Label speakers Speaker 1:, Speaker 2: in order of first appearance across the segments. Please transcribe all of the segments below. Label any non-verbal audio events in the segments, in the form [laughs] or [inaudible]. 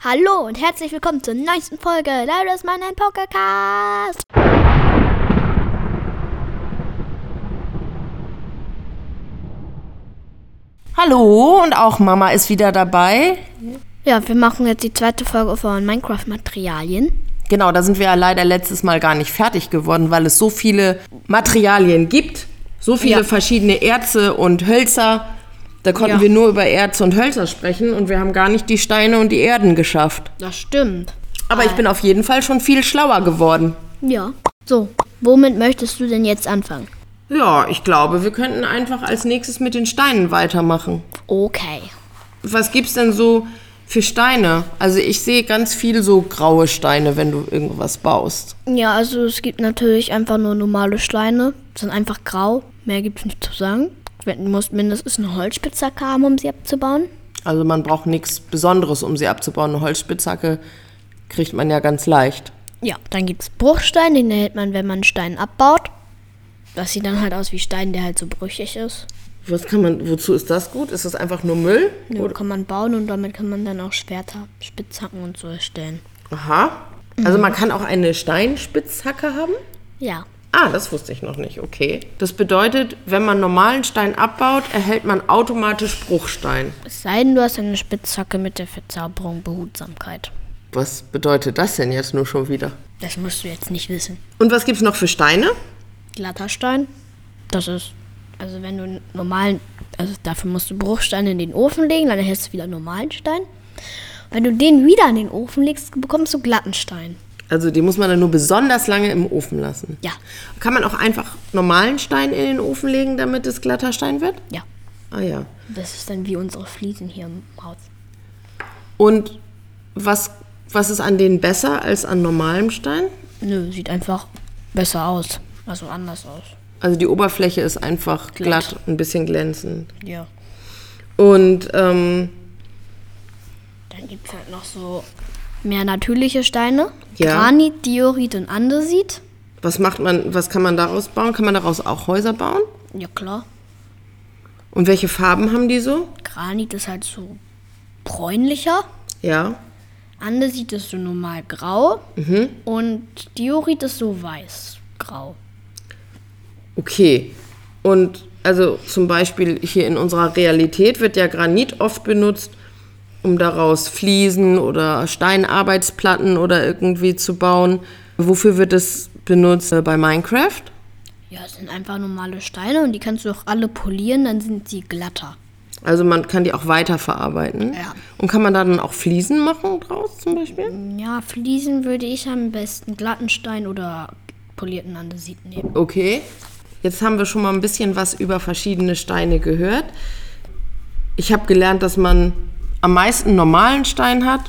Speaker 1: Hallo und herzlich willkommen zur neuesten Folge Leider mein ein Pokercast.
Speaker 2: Hallo und auch Mama ist wieder dabei.
Speaker 1: Ja, wir machen jetzt die zweite Folge von Minecraft-Materialien.
Speaker 2: Genau, da sind wir ja leider letztes Mal gar nicht fertig geworden, weil es so viele Materialien gibt, so viele
Speaker 1: Ja.
Speaker 2: verschiedene Erze und Hölzer. Da konnten
Speaker 1: Ja.
Speaker 2: wir nur über Erze und Hölzer sprechen und wir haben gar nicht die Steine und die Erden geschafft.
Speaker 1: Das stimmt.
Speaker 2: Aber ich bin auf jeden Fall schon viel schlauer geworden.
Speaker 1: Ja. So, womit möchtest du denn jetzt anfangen?
Speaker 2: Ja, ich glaube, wir könnten einfach als nächstes mit den Steinen weitermachen.
Speaker 1: Okay.
Speaker 2: Was gibt's denn so für Steine? Also ich sehe ganz viel so graue Steine, wenn du irgendwas baust.
Speaker 1: Ja, also es gibt natürlich einfach nur normale Steine. Sind einfach grau. Mehr gibt's nicht zu sagen. Du musst mindestens eine Holzspitzhacke haben, um sie abzubauen.
Speaker 2: Also man braucht nichts Besonderes, um sie abzubauen. Eine Holzspitzhacke kriegt man ja ganz leicht.
Speaker 1: Ja, dann gibt es Bruchstein, den erhält man, wenn man einen Stein abbaut. Das sieht dann halt aus wie Stein, der halt so brüchig ist.
Speaker 2: Was kann man, wozu ist das gut? Ist das einfach nur Müll?
Speaker 1: Den kann man bauen und damit kann man dann auch Schwerter, Spitzhacken und so erstellen.
Speaker 2: Aha. Also man kann auch eine Steinspitzhacke haben?
Speaker 1: Ja.
Speaker 2: Ah, das wusste ich noch nicht, okay. Das bedeutet, wenn man normalen Stein abbaut, erhält man automatisch Bruchstein.
Speaker 1: Es sei denn, du hast eine Spitzhacke mit der Verzauberung Behutsamkeit.
Speaker 2: Was bedeutet das denn jetzt nur schon wieder?
Speaker 1: Das musst du jetzt nicht wissen.
Speaker 2: Und was gibt's noch für Steine?
Speaker 1: Glatter Stein, das ist, also wenn du einen normalen, also dafür musst du Bruchstein in den Ofen legen, dann erhältst du wieder einen normalen Stein. Wenn du den wieder in den Ofen legst, bekommst du glatten Stein.
Speaker 2: Also die muss man dann nur besonders lange im Ofen lassen.
Speaker 1: Ja.
Speaker 2: Kann man auch einfach normalen Stein in den Ofen legen, damit es glatter Stein wird?
Speaker 1: Ja.
Speaker 2: Ah ja.
Speaker 1: Das ist dann wie unsere Fliesen hier im Haus.
Speaker 2: Und was, was ist an denen besser als an normalem Stein?
Speaker 1: Nö, sieht einfach besser aus. Also anders aus.
Speaker 2: Also die Oberfläche ist einfach
Speaker 1: Glatt.
Speaker 2: glatt, ein bisschen glänzend.
Speaker 1: Ja.
Speaker 2: Und ähm,
Speaker 1: Dann gibt es halt noch so mehr natürliche Steine.
Speaker 2: Ja.
Speaker 1: Granit, Diorit und Andesit.
Speaker 2: was macht man, was kann man daraus bauen? Kann man daraus auch Häuser bauen?
Speaker 1: Ja klar.
Speaker 2: Und welche Farben haben die so?
Speaker 1: Granit ist halt so bräunlicher.
Speaker 2: Ja.
Speaker 1: Andesit ist so normal grau. Und Diorit ist so weiß-grau.
Speaker 2: Okay. Und also zum Beispiel hier in unserer Realität wird ja Granit oft benutzt, um daraus Fliesen oder Steinarbeitsplatten oder irgendwie zu bauen. Wofür wird es benutzt Äh, bei Minecraft?
Speaker 1: Ja, es sind einfach normale Steine und die kannst du auch alle polieren, dann sind sie glatter.
Speaker 2: Also man kann die auch weiterverarbeiten.
Speaker 1: Ja.
Speaker 2: Und kann man da dann auch Fliesen machen draus zum Beispiel?
Speaker 1: Ja, Fliesen würde ich am besten glatten Stein oder polierten Andesit nehmen.
Speaker 2: Okay. Jetzt haben wir schon mal ein bisschen was über verschiedene Steine gehört. Ich habe gelernt, dass man am meisten normalen Stein hat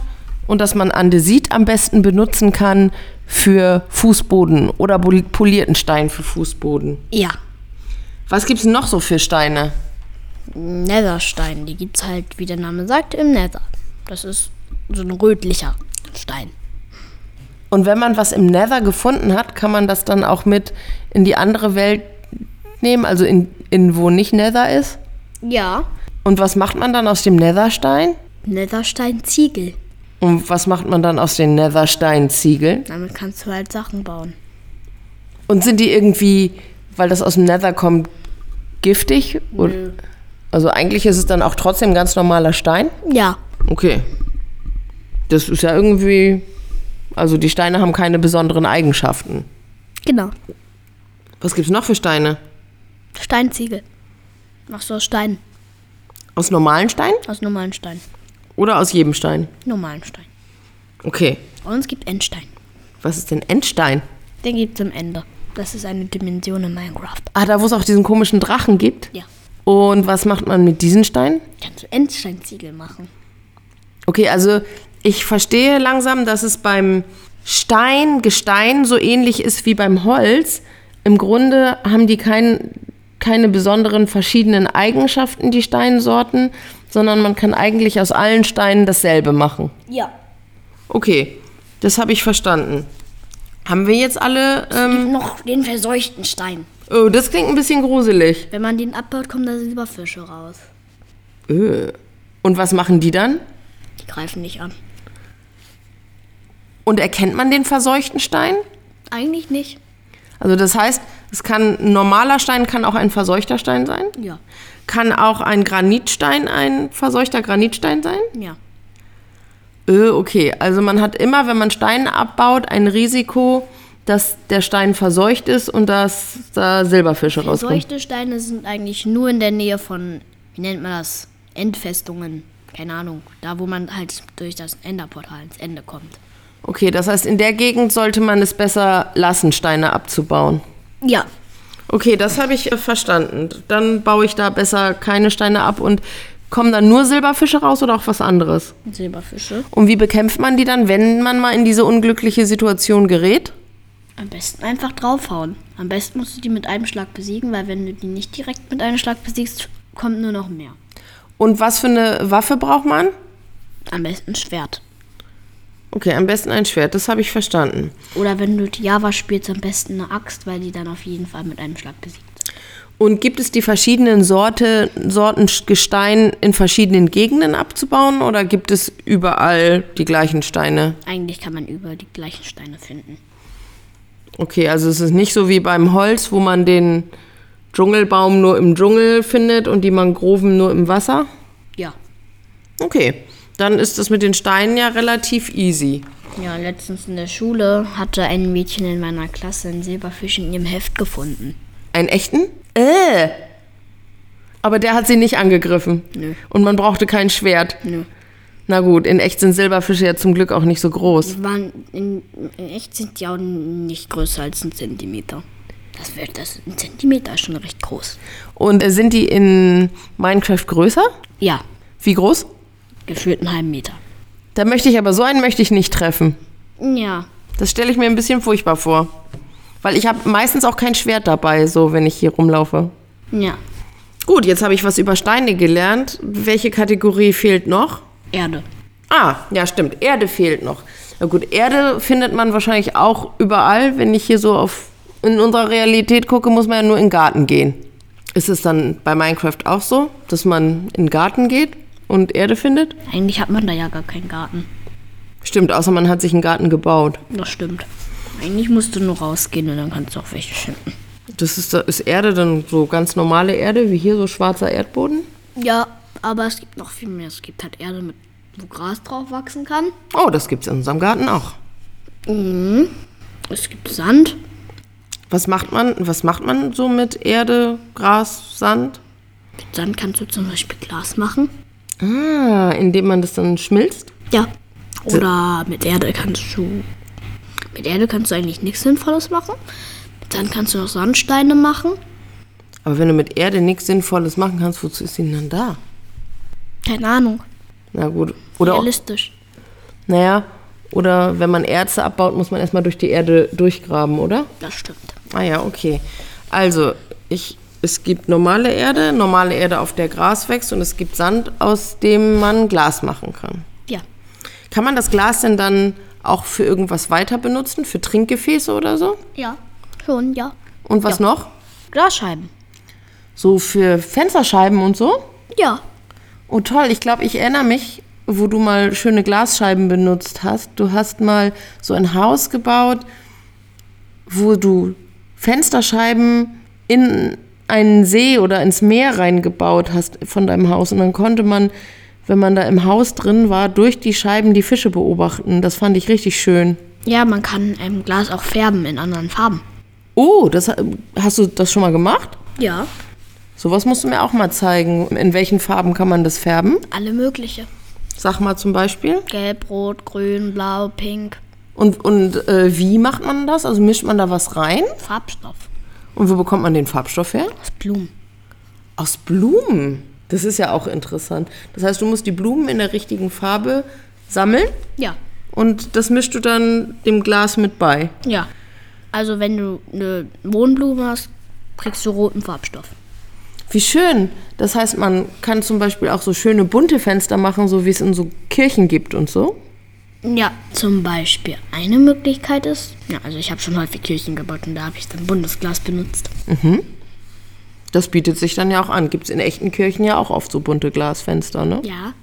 Speaker 2: und dass man Andesit am besten benutzen kann für Fußboden oder poli- polierten Stein für Fußboden.
Speaker 1: Ja.
Speaker 2: Was gibt es noch so für Steine?
Speaker 1: Netherstein, die gibt's halt, wie der Name sagt, im Nether. Das ist so ein rötlicher Stein.
Speaker 2: Und wenn man was im Nether gefunden hat, kann man das dann auch mit in die andere Welt nehmen, also in, in wo nicht Nether ist?
Speaker 1: Ja.
Speaker 2: Und was macht man dann aus dem Netherstein?
Speaker 1: Netherstein Ziegel.
Speaker 2: Und was macht man dann aus den Nethersteinziegeln?
Speaker 1: Damit kannst du halt Sachen bauen.
Speaker 2: Und sind die irgendwie, weil das aus dem Nether kommt, giftig? Und- Also eigentlich ist es dann auch trotzdem ganz normaler Stein?
Speaker 1: Ja.
Speaker 2: Okay. Das ist ja irgendwie. Also die Steine haben keine besonderen Eigenschaften.
Speaker 1: Genau.
Speaker 2: Was gibt's noch für Steine?
Speaker 1: Steinziegel. Machst du aus Stein.
Speaker 2: Aus normalen Steinen
Speaker 1: Aus normalen Stein.
Speaker 2: oder aus jedem Stein?
Speaker 1: Normalen Stein.
Speaker 2: Okay.
Speaker 1: Und es gibt Endstein.
Speaker 2: Was ist denn Endstein?
Speaker 1: Den gibt's am Ende. Das ist eine Dimension in Minecraft.
Speaker 2: Ah, da wo es auch diesen komischen Drachen gibt.
Speaker 1: Ja.
Speaker 2: Und was macht man mit diesen Steinen?
Speaker 1: Kannst du Endsteinziegel machen.
Speaker 2: Okay, also ich verstehe langsam, dass es beim Stein, Gestein so ähnlich ist wie beim Holz. Im Grunde haben die kein, keine besonderen verschiedenen Eigenschaften, die Steinsorten, sondern man kann eigentlich aus allen Steinen dasselbe machen.
Speaker 1: Ja.
Speaker 2: Okay, das habe ich verstanden. Haben wir jetzt alle. Ähm,
Speaker 1: Noch den verseuchten Stein.
Speaker 2: oh, das klingt ein bisschen gruselig.
Speaker 1: Wenn man den abbaut, kommen da Silberfische raus.
Speaker 2: Öh. Und was machen die dann?
Speaker 1: Die greifen dich an.
Speaker 2: Und erkennt man den verseuchten Stein?
Speaker 1: Eigentlich nicht.
Speaker 2: Also das heißt, es kann ein normaler Stein kann auch ein verseuchter Stein sein.
Speaker 1: Ja.
Speaker 2: Kann auch ein Granitstein ein verseuchter Granitstein sein?
Speaker 1: Ja.
Speaker 2: Äh, okay, also man hat immer, wenn man Steine abbaut, ein Risiko, dass der Stein verseucht ist und dass da Silberfische rauskommen.
Speaker 1: Solche Steine sind eigentlich nur in der Nähe von, wie nennt man das? Endfestungen. Keine Ahnung. Da, wo man halt durch das Enderportal ins Ende kommt.
Speaker 2: Okay, das heißt, in der Gegend sollte man es besser lassen, Steine abzubauen.
Speaker 1: Ja.
Speaker 2: Okay, das habe ich äh, verstanden. Dann baue ich da besser keine Steine ab und kommen dann nur Silberfische raus oder auch was anderes?
Speaker 1: Silberfische.
Speaker 2: Und wie bekämpft man die dann, wenn man mal in diese unglückliche Situation gerät?
Speaker 1: Am besten einfach draufhauen. Am besten musst du die mit einem Schlag besiegen, weil wenn du die nicht direkt mit einem Schlag besiegst, kommt nur noch mehr.
Speaker 2: Und was für eine Waffe braucht man?
Speaker 1: Am besten Schwert.
Speaker 2: Okay, am besten ein Schwert, das habe ich verstanden.
Speaker 1: Oder wenn du die Java spielst, am besten eine Axt, weil die dann auf jeden Fall mit einem Schlag besiegt.
Speaker 2: Und gibt es die verschiedenen Sorte, Sorten Sch- Gestein in verschiedenen Gegenden abzubauen oder gibt es überall die gleichen Steine?
Speaker 1: Eigentlich kann man über die gleichen Steine finden.
Speaker 2: Okay, also es ist nicht so wie beim Holz, wo man den Dschungelbaum nur im Dschungel findet und die Mangroven nur im Wasser?
Speaker 1: Ja.
Speaker 2: Okay, dann ist das mit den Steinen ja relativ easy.
Speaker 1: Ja, letztens in der Schule hatte ein Mädchen in meiner Klasse einen Silberfisch in ihrem Heft gefunden.
Speaker 2: Einen echten? Äh. Aber der hat sie nicht angegriffen.
Speaker 1: Nö.
Speaker 2: Und man brauchte kein Schwert.
Speaker 1: Nö.
Speaker 2: Na gut, in echt sind Silberfische ja zum Glück auch nicht so groß.
Speaker 1: Die waren in, in echt sind die auch nicht größer als ein Zentimeter. Das wird das ein Zentimeter ist schon recht groß.
Speaker 2: Und äh, sind die in Minecraft größer?
Speaker 1: Ja,
Speaker 2: Wie groß?
Speaker 1: gefühlt einen halben Meter.
Speaker 2: Da möchte ich aber so einen möchte ich nicht treffen.
Speaker 1: Ja,
Speaker 2: Das stelle ich mir ein bisschen furchtbar vor. Weil ich habe meistens auch kein Schwert dabei, so wenn ich hier rumlaufe.
Speaker 1: ja.
Speaker 2: Gut, jetzt habe ich was über Steine gelernt. Welche Kategorie fehlt noch?
Speaker 1: Erde.
Speaker 2: Ah, ja, stimmt. Erde fehlt noch. Na gut, Erde findet man wahrscheinlich auch überall. Wenn ich hier so auf in unserer Realität gucke, muss man ja nur in den Garten gehen. Ist es dann bei Minecraft auch so, dass man in den Garten geht und Erde findet?
Speaker 1: Eigentlich hat man da ja gar keinen Garten.
Speaker 2: Stimmt, außer man hat sich einen Garten gebaut.
Speaker 1: Das stimmt. Eigentlich musst du nur rausgehen und dann kannst du auch welche schinden.
Speaker 2: Das ist, ist Erde dann so ganz normale Erde, wie hier so schwarzer Erdboden?
Speaker 1: Ja, aber es gibt noch viel mehr. Es gibt halt Erde, mit, wo Gras drauf wachsen kann.
Speaker 2: Oh, das gibt's in unserem Garten auch.
Speaker 1: Es gibt Sand.
Speaker 2: Was macht man, was macht man so mit Erde, Gras, Sand?
Speaker 1: Mit Sand kannst du zum Beispiel Glas machen.
Speaker 2: Ah, indem man das dann schmilzt?
Speaker 1: Ja. Oder mit Erde kannst du. Mit Erde kannst du eigentlich nichts Sinnvolles machen. Mit Sand kannst du noch Sandsteine machen.
Speaker 2: Aber wenn du mit Erde nichts Sinnvolles machen kannst, wozu ist sie denn dann da?
Speaker 1: Keine Ahnung.
Speaker 2: Na gut. Oder, auch-
Speaker 1: Realistisch.
Speaker 2: naja, oder wenn man Erze abbaut, muss man erstmal durch die Erde durchgraben, oder?
Speaker 1: Das stimmt.
Speaker 2: Ah ja, okay. Also, ich, es gibt normale Erde, normale Erde, auf der Gras wächst und es gibt Sand, aus dem man Glas machen kann.
Speaker 1: Ja.
Speaker 2: Kann man das Glas denn dann auch für irgendwas weiter benutzen, für Trinkgefäße oder so?
Speaker 1: Ja. Schon, ja.
Speaker 2: Und was noch?
Speaker 1: Glasscheiben.
Speaker 2: So für Fensterscheiben und so?
Speaker 1: Ja.
Speaker 2: Oh toll, ich glaube, ich erinnere mich, wo du mal schöne Glasscheiben benutzt hast. Du hast mal so ein Haus gebaut, wo du Fensterscheiben in einen See oder ins Meer reingebaut hast von deinem Haus. Und dann konnte man, wenn man da im Haus drin war, durch die Scheiben die Fische beobachten. Das fand ich richtig schön.
Speaker 1: Ja, man kann ähm, Glas auch färben in anderen Farben.
Speaker 2: Oh, das, hast du das schon mal gemacht?
Speaker 1: Ja.
Speaker 2: Sowas musst du mir auch mal zeigen. In welchen Farben kann man das färben?
Speaker 1: Alle mögliche.
Speaker 2: Sag mal zum Beispiel.
Speaker 1: Gelb, Rot, Grün, Blau, Pink.
Speaker 2: Und, und äh, wie macht man das? Also mischt man da was rein?
Speaker 1: Farbstoff.
Speaker 2: Und wo bekommt man den Farbstoff her?
Speaker 1: Aus Blumen.
Speaker 2: Aus Blumen. Das ist ja auch interessant. Das heißt, du musst die Blumen in der richtigen Farbe sammeln
Speaker 1: Ja.
Speaker 2: und das mischst du dann dem Glas mit bei.
Speaker 1: Ja. Also wenn du eine Mohnblume hast, kriegst du roten Farbstoff.
Speaker 2: Wie schön. Das heißt, man kann zum Beispiel auch so schöne bunte Fenster machen, so wie es in so Kirchen gibt und so.
Speaker 1: Ja, zum Beispiel eine Möglichkeit ist, ja, also ich habe schon häufig Kirchen gebaut und da habe ich dann buntes Glas benutzt.
Speaker 2: Das bietet sich dann ja auch an. Gibt es in echten Kirchen ja auch oft so bunte Glasfenster, ne?
Speaker 1: Ja,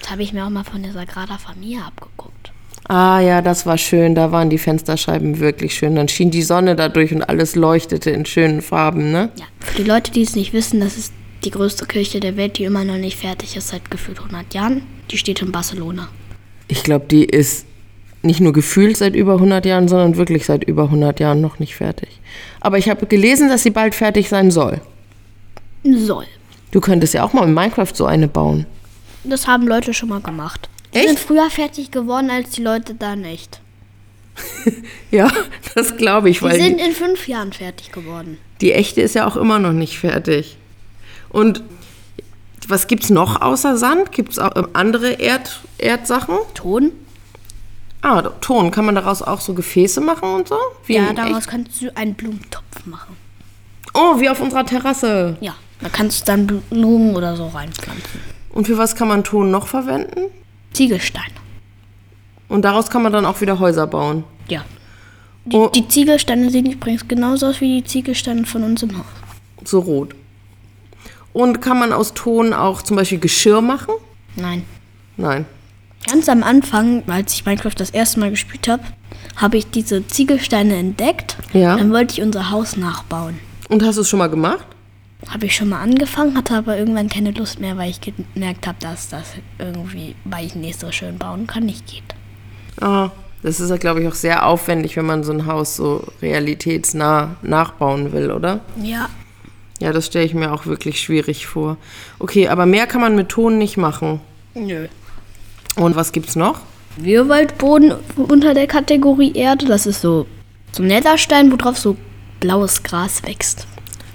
Speaker 1: das habe ich mir auch mal von der Sagrada Familia abgeguckt.
Speaker 2: Ah ja, das war schön. Da waren die Fensterscheiben wirklich schön. Dann schien die Sonne dadurch und alles leuchtete in schönen Farben, ne?
Speaker 1: Ja, für die Leute, die es nicht wissen, das ist die größte Kirche der Welt, die immer noch nicht fertig ist seit gefühlt 100 Jahren. Die steht in Barcelona.
Speaker 2: Ich glaube, die ist nicht nur gefühlt seit über 100 Jahren, sondern wirklich seit über 100 Jahren noch nicht fertig. Aber ich habe gelesen, dass sie bald fertig sein soll.
Speaker 1: Soll.
Speaker 2: Du könntest ja auch mal in Minecraft so eine bauen.
Speaker 1: Das haben Leute schon mal gemacht. Die
Speaker 2: Echt?
Speaker 1: sind früher fertig geworden als die Leute da nicht.
Speaker 2: Ja, [laughs] das glaube ich,
Speaker 1: Die
Speaker 2: weil
Speaker 1: sind
Speaker 2: die,
Speaker 1: in fünf Jahren fertig geworden.
Speaker 2: die echte ist ja auch immer noch nicht fertig. Und was gibt's noch außer Sand? Gibt's auch ähm, andere Erd, Erdsachen?
Speaker 1: Ton?
Speaker 2: Ah, Ton. Kann man daraus auch so Gefäße machen und so? Wie
Speaker 1: Ja,
Speaker 2: in
Speaker 1: daraus kannst du einen Blumentopf machen.
Speaker 2: echt? Oh, wie auf unserer Terrasse.
Speaker 1: Ja, da kannst du dann Blumen oder so reinpflanzen.
Speaker 2: Und für was kann man Ton noch verwenden?
Speaker 1: Ziegelsteine.
Speaker 2: Und daraus kann man dann auch wieder Häuser bauen.
Speaker 1: Ja. Die,
Speaker 2: Oh.
Speaker 1: die Ziegelsteine sehen übrigens genauso aus wie die Ziegelsteine von uns im Haus.
Speaker 2: So rot. Und kann man aus Ton auch zum Beispiel Geschirr machen?
Speaker 1: Nein.
Speaker 2: Nein.
Speaker 1: Ganz am Anfang, als ich Minecraft das erste Mal gespielt habe, habe ich diese Ziegelsteine entdeckt.
Speaker 2: Ja.
Speaker 1: Dann wollte ich unser Haus nachbauen.
Speaker 2: Und hast du es schon mal gemacht?
Speaker 1: Habe ich schon mal angefangen, hatte aber irgendwann keine Lust mehr, weil ich gemerkt habe, dass das irgendwie, weil ich nicht so schön bauen kann, nicht geht.
Speaker 2: Ah, das ist ja, glaube ich, auch sehr aufwendig, wenn man so ein Haus so realitätsnah nachbauen will, oder?
Speaker 1: Ja.
Speaker 2: Ja, das stelle ich mir auch wirklich schwierig vor. Okay, aber mehr kann man mit Ton nicht machen.
Speaker 1: Nö.
Speaker 2: Und was gibt's noch?
Speaker 1: Wirrwaldboden unter der Kategorie Erde, das ist so, so ein Netherstein, wo drauf so blaues Gras wächst.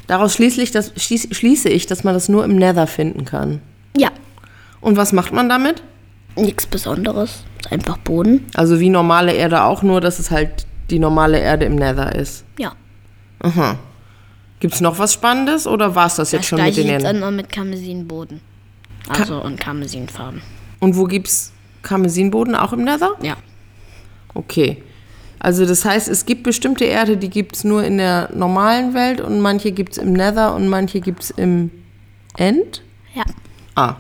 Speaker 2: Daraus schließlich das, schließ, schließe ich, dass man das nur im Nether finden kann.
Speaker 1: Ja.
Speaker 2: Und was macht man damit?
Speaker 1: Nichts Besonderes. Ist einfach Boden.
Speaker 2: Also wie normale Erde auch, nur dass es halt die normale Erde im Nether ist.
Speaker 1: Ja.
Speaker 2: Aha. Gibt's noch was Spannendes oder war's das
Speaker 1: also Da
Speaker 2: jetzt schon mit
Speaker 1: steige ich
Speaker 2: den
Speaker 1: jetzt
Speaker 2: Enden?
Speaker 1: einmal mit Karmesinboden. Also und Karmesinfarben.
Speaker 2: Und wo gibt's Karmesinboden auch im Nether?
Speaker 1: Ja.
Speaker 2: Okay. Also das heißt, es gibt bestimmte Erde, die gibt es nur in der normalen Welt und manche gibt es im Nether und manche gibt es im End?
Speaker 1: Ja.
Speaker 2: Ah.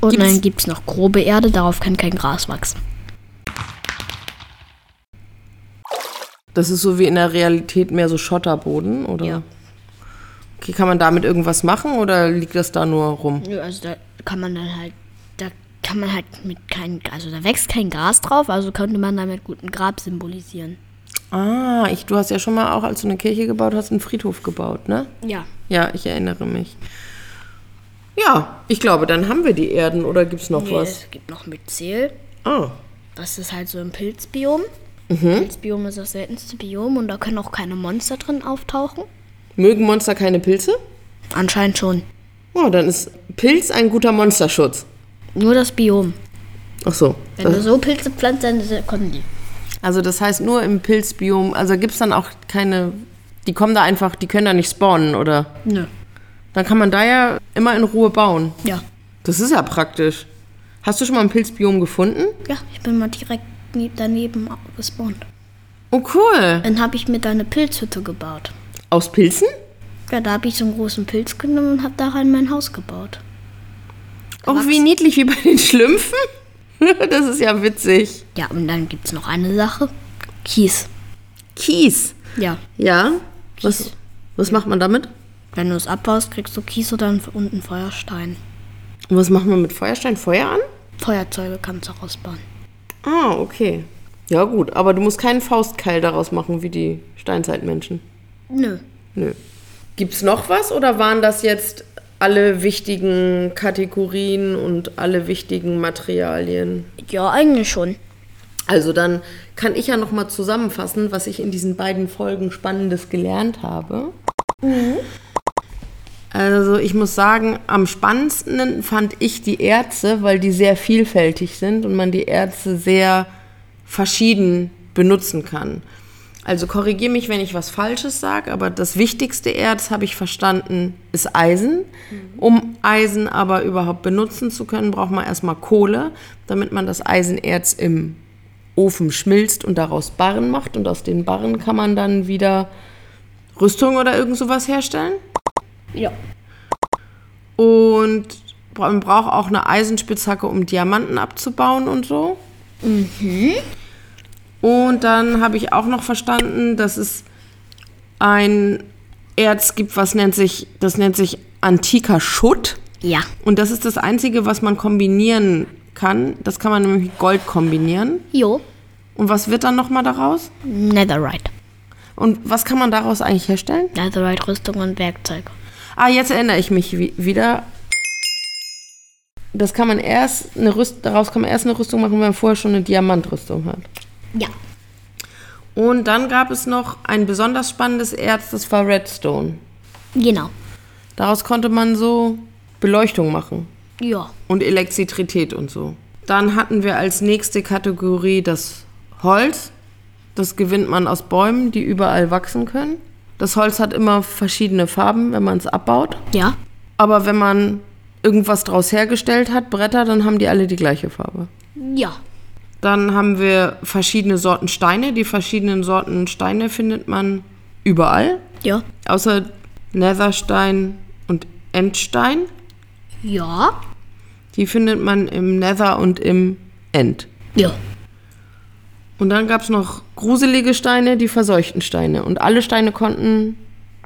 Speaker 1: Und
Speaker 2: Gibt's-
Speaker 1: dann gibt es noch grobe Erde, darauf kann kein Gras wachsen.
Speaker 2: Das ist so wie in der Realität mehr so Schotterboden, oder?
Speaker 1: Ja.
Speaker 2: Okay, kann man damit irgendwas machen oder liegt das da nur rum?
Speaker 1: Nö, also da kann man dann halt, da kann man halt mit kein, also da wächst kein Gras drauf, also könnte man damit guten Grab symbolisieren.
Speaker 2: Ah, ich, du hast ja schon mal auch, als du eine Kirche gebaut hast, einen Friedhof gebaut, ne?
Speaker 1: Ja.
Speaker 2: Ja, ich erinnere mich. Ja, ich glaube, dann haben wir die Erden oder gibt es noch
Speaker 1: Nee,
Speaker 2: was?
Speaker 1: es gibt noch Myzel.
Speaker 2: Ah.
Speaker 1: Das ist halt so im Pilzbiom. Pilzbiom ist das seltenste Biom und da können auch keine Monster drin auftauchen.
Speaker 2: Mögen Monster keine Pilze?
Speaker 1: Anscheinend schon.
Speaker 2: Oh, dann ist Pilz ein guter Monsterschutz.
Speaker 1: Nur das Biom.
Speaker 2: Ach so.
Speaker 1: Wenn du so Pilze pflanzt, dann kommen die.
Speaker 2: Also das heißt nur im Pilzbiom, also gibt es dann auch keine, die kommen da einfach, die können da nicht spawnen, oder?
Speaker 1: Nö.
Speaker 2: Dann kann man da ja immer in Ruhe bauen.
Speaker 1: Ja.
Speaker 2: Das ist ja praktisch. Hast du schon mal ein Pilzbiom gefunden?
Speaker 1: Ja, ich bin mal direkt nie- daneben gespawnt.
Speaker 2: Oh, cool.
Speaker 1: Dann habe ich mir da eine Pilzhütte gebaut.
Speaker 2: Aus Pilzen?
Speaker 1: Ja, da habe ich so einen großen Pilz genommen und habe daran mein Haus gebaut.
Speaker 2: Oh, wie niedlich, wie bei den Schlümpfen. [laughs] das ist ja witzig.
Speaker 1: Ja, und dann gibt es noch eine Sache. Kies.
Speaker 2: Kies.
Speaker 1: Ja.
Speaker 2: Ja. Was, was macht man damit?
Speaker 1: Wenn du es abbaust, kriegst du Kies oder einen- und einen Feuerstein.
Speaker 2: Und was macht man mit Feuerstein? Feuer an?
Speaker 1: Feuerzeuge kannst du auch ausbauen.
Speaker 2: Ah, okay. Ja, gut, aber du musst keinen Faustkeil daraus machen wie die Steinzeitmenschen.
Speaker 1: Nö.
Speaker 2: Nö. Gibt's noch was oder waren das jetzt alle wichtigen Kategorien und alle wichtigen Materialien?
Speaker 1: Ja, eigentlich schon.
Speaker 2: Also dann kann ich ja noch mal zusammenfassen, was ich in diesen beiden Folgen spannendes gelernt habe. Also ich muss sagen, am spannendsten fand ich die Erze, weil die sehr vielfältig sind und man die Erze sehr verschieden benutzen kann. Also korrigiere mich, wenn ich was Falsches sage, aber das wichtigste Erz, habe ich verstanden, ist Eisen. Um Eisen aber überhaupt benutzen zu können, braucht man erstmal Kohle, damit man das Eisenerz im Ofen schmilzt und daraus Barren macht. Und aus den Barren kann man dann wieder Rüstung oder irgend sowas herstellen.
Speaker 1: Ja.
Speaker 2: Und bra- man braucht auch eine Eisenspitzhacke, um Diamanten abzubauen und so. Und dann habe ich auch noch verstanden, dass es ein Erz gibt, was nennt sich, das nennt sich antiker Schutt.
Speaker 1: Ja.
Speaker 2: Und das ist das Einzige, was man kombinieren kann. Das kann man nämlich mit Gold kombinieren.
Speaker 1: Jo.
Speaker 2: Und was wird dann nochmal daraus?
Speaker 1: Netherite.
Speaker 2: Und was kann man daraus eigentlich herstellen?
Speaker 1: Netherite Rüstung und Werkzeug.
Speaker 2: Ah, jetzt erinnere ich mich wi- wieder. Das kann man erst, eine Rüst daraus kann man erst eine Rüstung machen, wenn man vorher schon eine Diamantrüstung hat.
Speaker 1: Ja.
Speaker 2: Und dann gab es noch ein besonders spannendes Erz, das war Redstone.
Speaker 1: Genau.
Speaker 2: Daraus konnte man so Beleuchtung machen
Speaker 1: Ja.
Speaker 2: und Elektrizität und so. Dann hatten wir als nächste Kategorie das Holz. Das gewinnt man aus Bäumen, die überall wachsen können. Das Holz hat immer verschiedene Farben, wenn man es abbaut.
Speaker 1: Ja.
Speaker 2: Aber wenn man irgendwas draus hergestellt hat, Bretter, dann haben die alle die gleiche Farbe.
Speaker 1: Ja.
Speaker 2: Dann haben wir verschiedene Sorten Steine. Die verschiedenen Sorten Steine findet man überall,
Speaker 1: Ja.
Speaker 2: außer Netherstein und Endstein.
Speaker 1: Ja.
Speaker 2: Die findet man im Nether und im End.
Speaker 1: Ja.
Speaker 2: Und dann gab es noch gruselige Steine, die verseuchten Steine. Und alle Steine konnten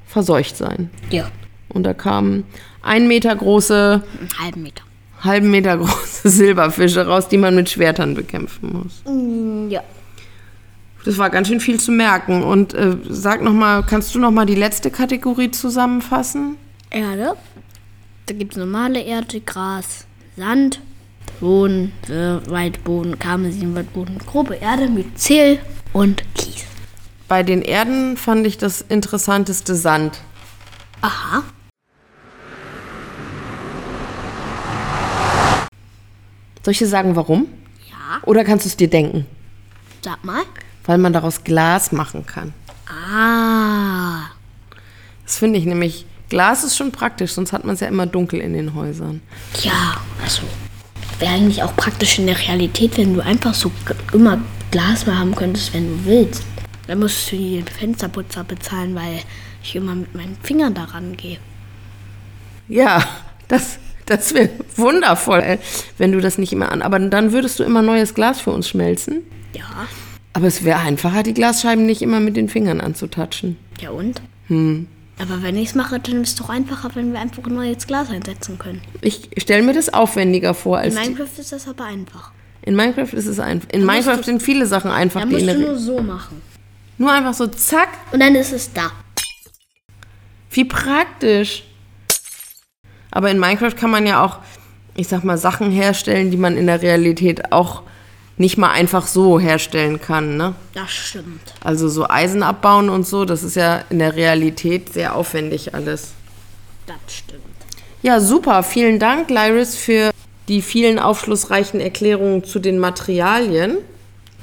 Speaker 2: verseucht sein.
Speaker 1: Ja.
Speaker 2: Und da kamen ein Meter große
Speaker 1: Einen halben Meter.
Speaker 2: halben Meter [laughs] große Silberfische raus, die man mit Schwertern bekämpfen muss.
Speaker 1: Mm, Ja.
Speaker 2: Das war ganz schön viel zu merken. Und äh, sag noch mal, kannst du noch mal die letzte Kategorie zusammenfassen?
Speaker 1: Erde. Da gibt es normale Erde, Gras, Sand, Boden, äh, Waldboden, Karmesin, Waldboden, grobe Erde, Myzel und Kies.
Speaker 2: Bei den Erden fand ich das interessanteste Sand.
Speaker 1: Aha.
Speaker 2: Soll ich dir sagen, warum?
Speaker 1: Ja.
Speaker 2: Oder kannst du es dir denken?
Speaker 1: Sag mal.
Speaker 2: Weil man daraus Glas machen kann.
Speaker 1: Ah.
Speaker 2: Das finde ich nämlich, Glas ist schon praktisch, sonst hat man es ja immer dunkel in den Häusern.
Speaker 1: Ja, also wäre eigentlich auch praktisch in der Realität, wenn du einfach so g- immer Glas mal haben könntest, wenn du willst. Dann musst du die Fensterputzer bezahlen, weil ich immer mit meinen Fingern daran gehe.
Speaker 2: Ja, das, das wäre wundervoll, äh, wenn du das nicht immer an. Aber dann würdest du immer neues Glas für uns schmelzen.
Speaker 1: Ja.
Speaker 2: Aber es wäre einfacher, die Glasscheiben nicht immer mit den Fingern anzutatschen.
Speaker 1: Ja und?
Speaker 2: Hm.
Speaker 1: Aber wenn ich es mache, dann ist es doch einfacher, wenn wir einfach ein neues Glas einsetzen können.
Speaker 2: Ich stelle mir das aufwendiger vor
Speaker 1: In
Speaker 2: als Also die,
Speaker 1: Minecraft ist das aber einfach.
Speaker 2: in Minecraft ist es einfach. In Minecraft sind viele Sachen einfach,
Speaker 1: Da
Speaker 2: die
Speaker 1: musst
Speaker 2: in
Speaker 1: du
Speaker 2: der
Speaker 1: nur so machen.
Speaker 2: nur einfach so zack,
Speaker 1: Und dann ist es da.
Speaker 2: wie praktisch. Aber in Minecraft kann man ja auch, ich sag mal, Sachen herstellen, die man in der Realität auch nicht mal einfach so herstellen kann, ne?
Speaker 1: Das stimmt.
Speaker 2: Also so Eisen abbauen und so, das ist ja in der Realität sehr aufwendig alles.
Speaker 1: Das stimmt.
Speaker 2: Ja, super. Vielen Dank, Lyris, für die vielen aufschlussreichen Erklärungen zu den Materialien.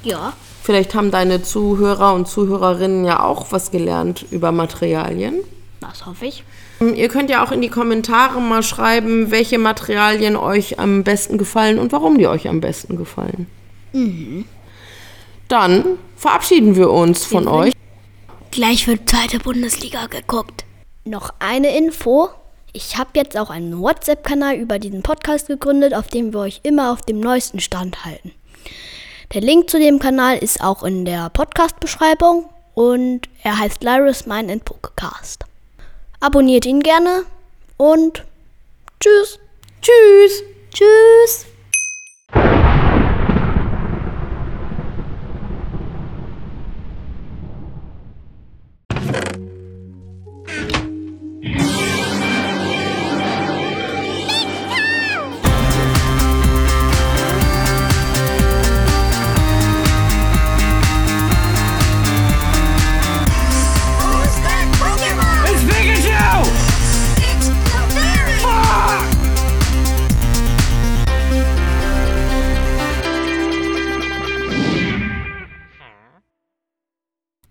Speaker 1: Ja.
Speaker 2: Vielleicht haben deine Zuhörer und Zuhörerinnen ja auch was gelernt über Materialien.
Speaker 1: Das hoffe ich.
Speaker 2: Ähm, Ihr könnt ja auch in die Kommentare mal schreiben, welche Materialien euch am besten gefallen und warum die euch am besten gefallen. Dann verabschieden wir uns von euch.
Speaker 1: Gleich wird zweite Bundesliga geguckt. Noch eine Info. Ich habe jetzt auch einen WhatsApp-Kanal über diesen Podcast gegründet, auf dem wir euch immer auf dem neuesten Stand halten. Der Link zu dem Kanal ist auch in der Podcast-Beschreibung und er heißt Lyris Mine and Pokecast. Abonniert ihn gerne und tschüss. Tschüss. Tschüss.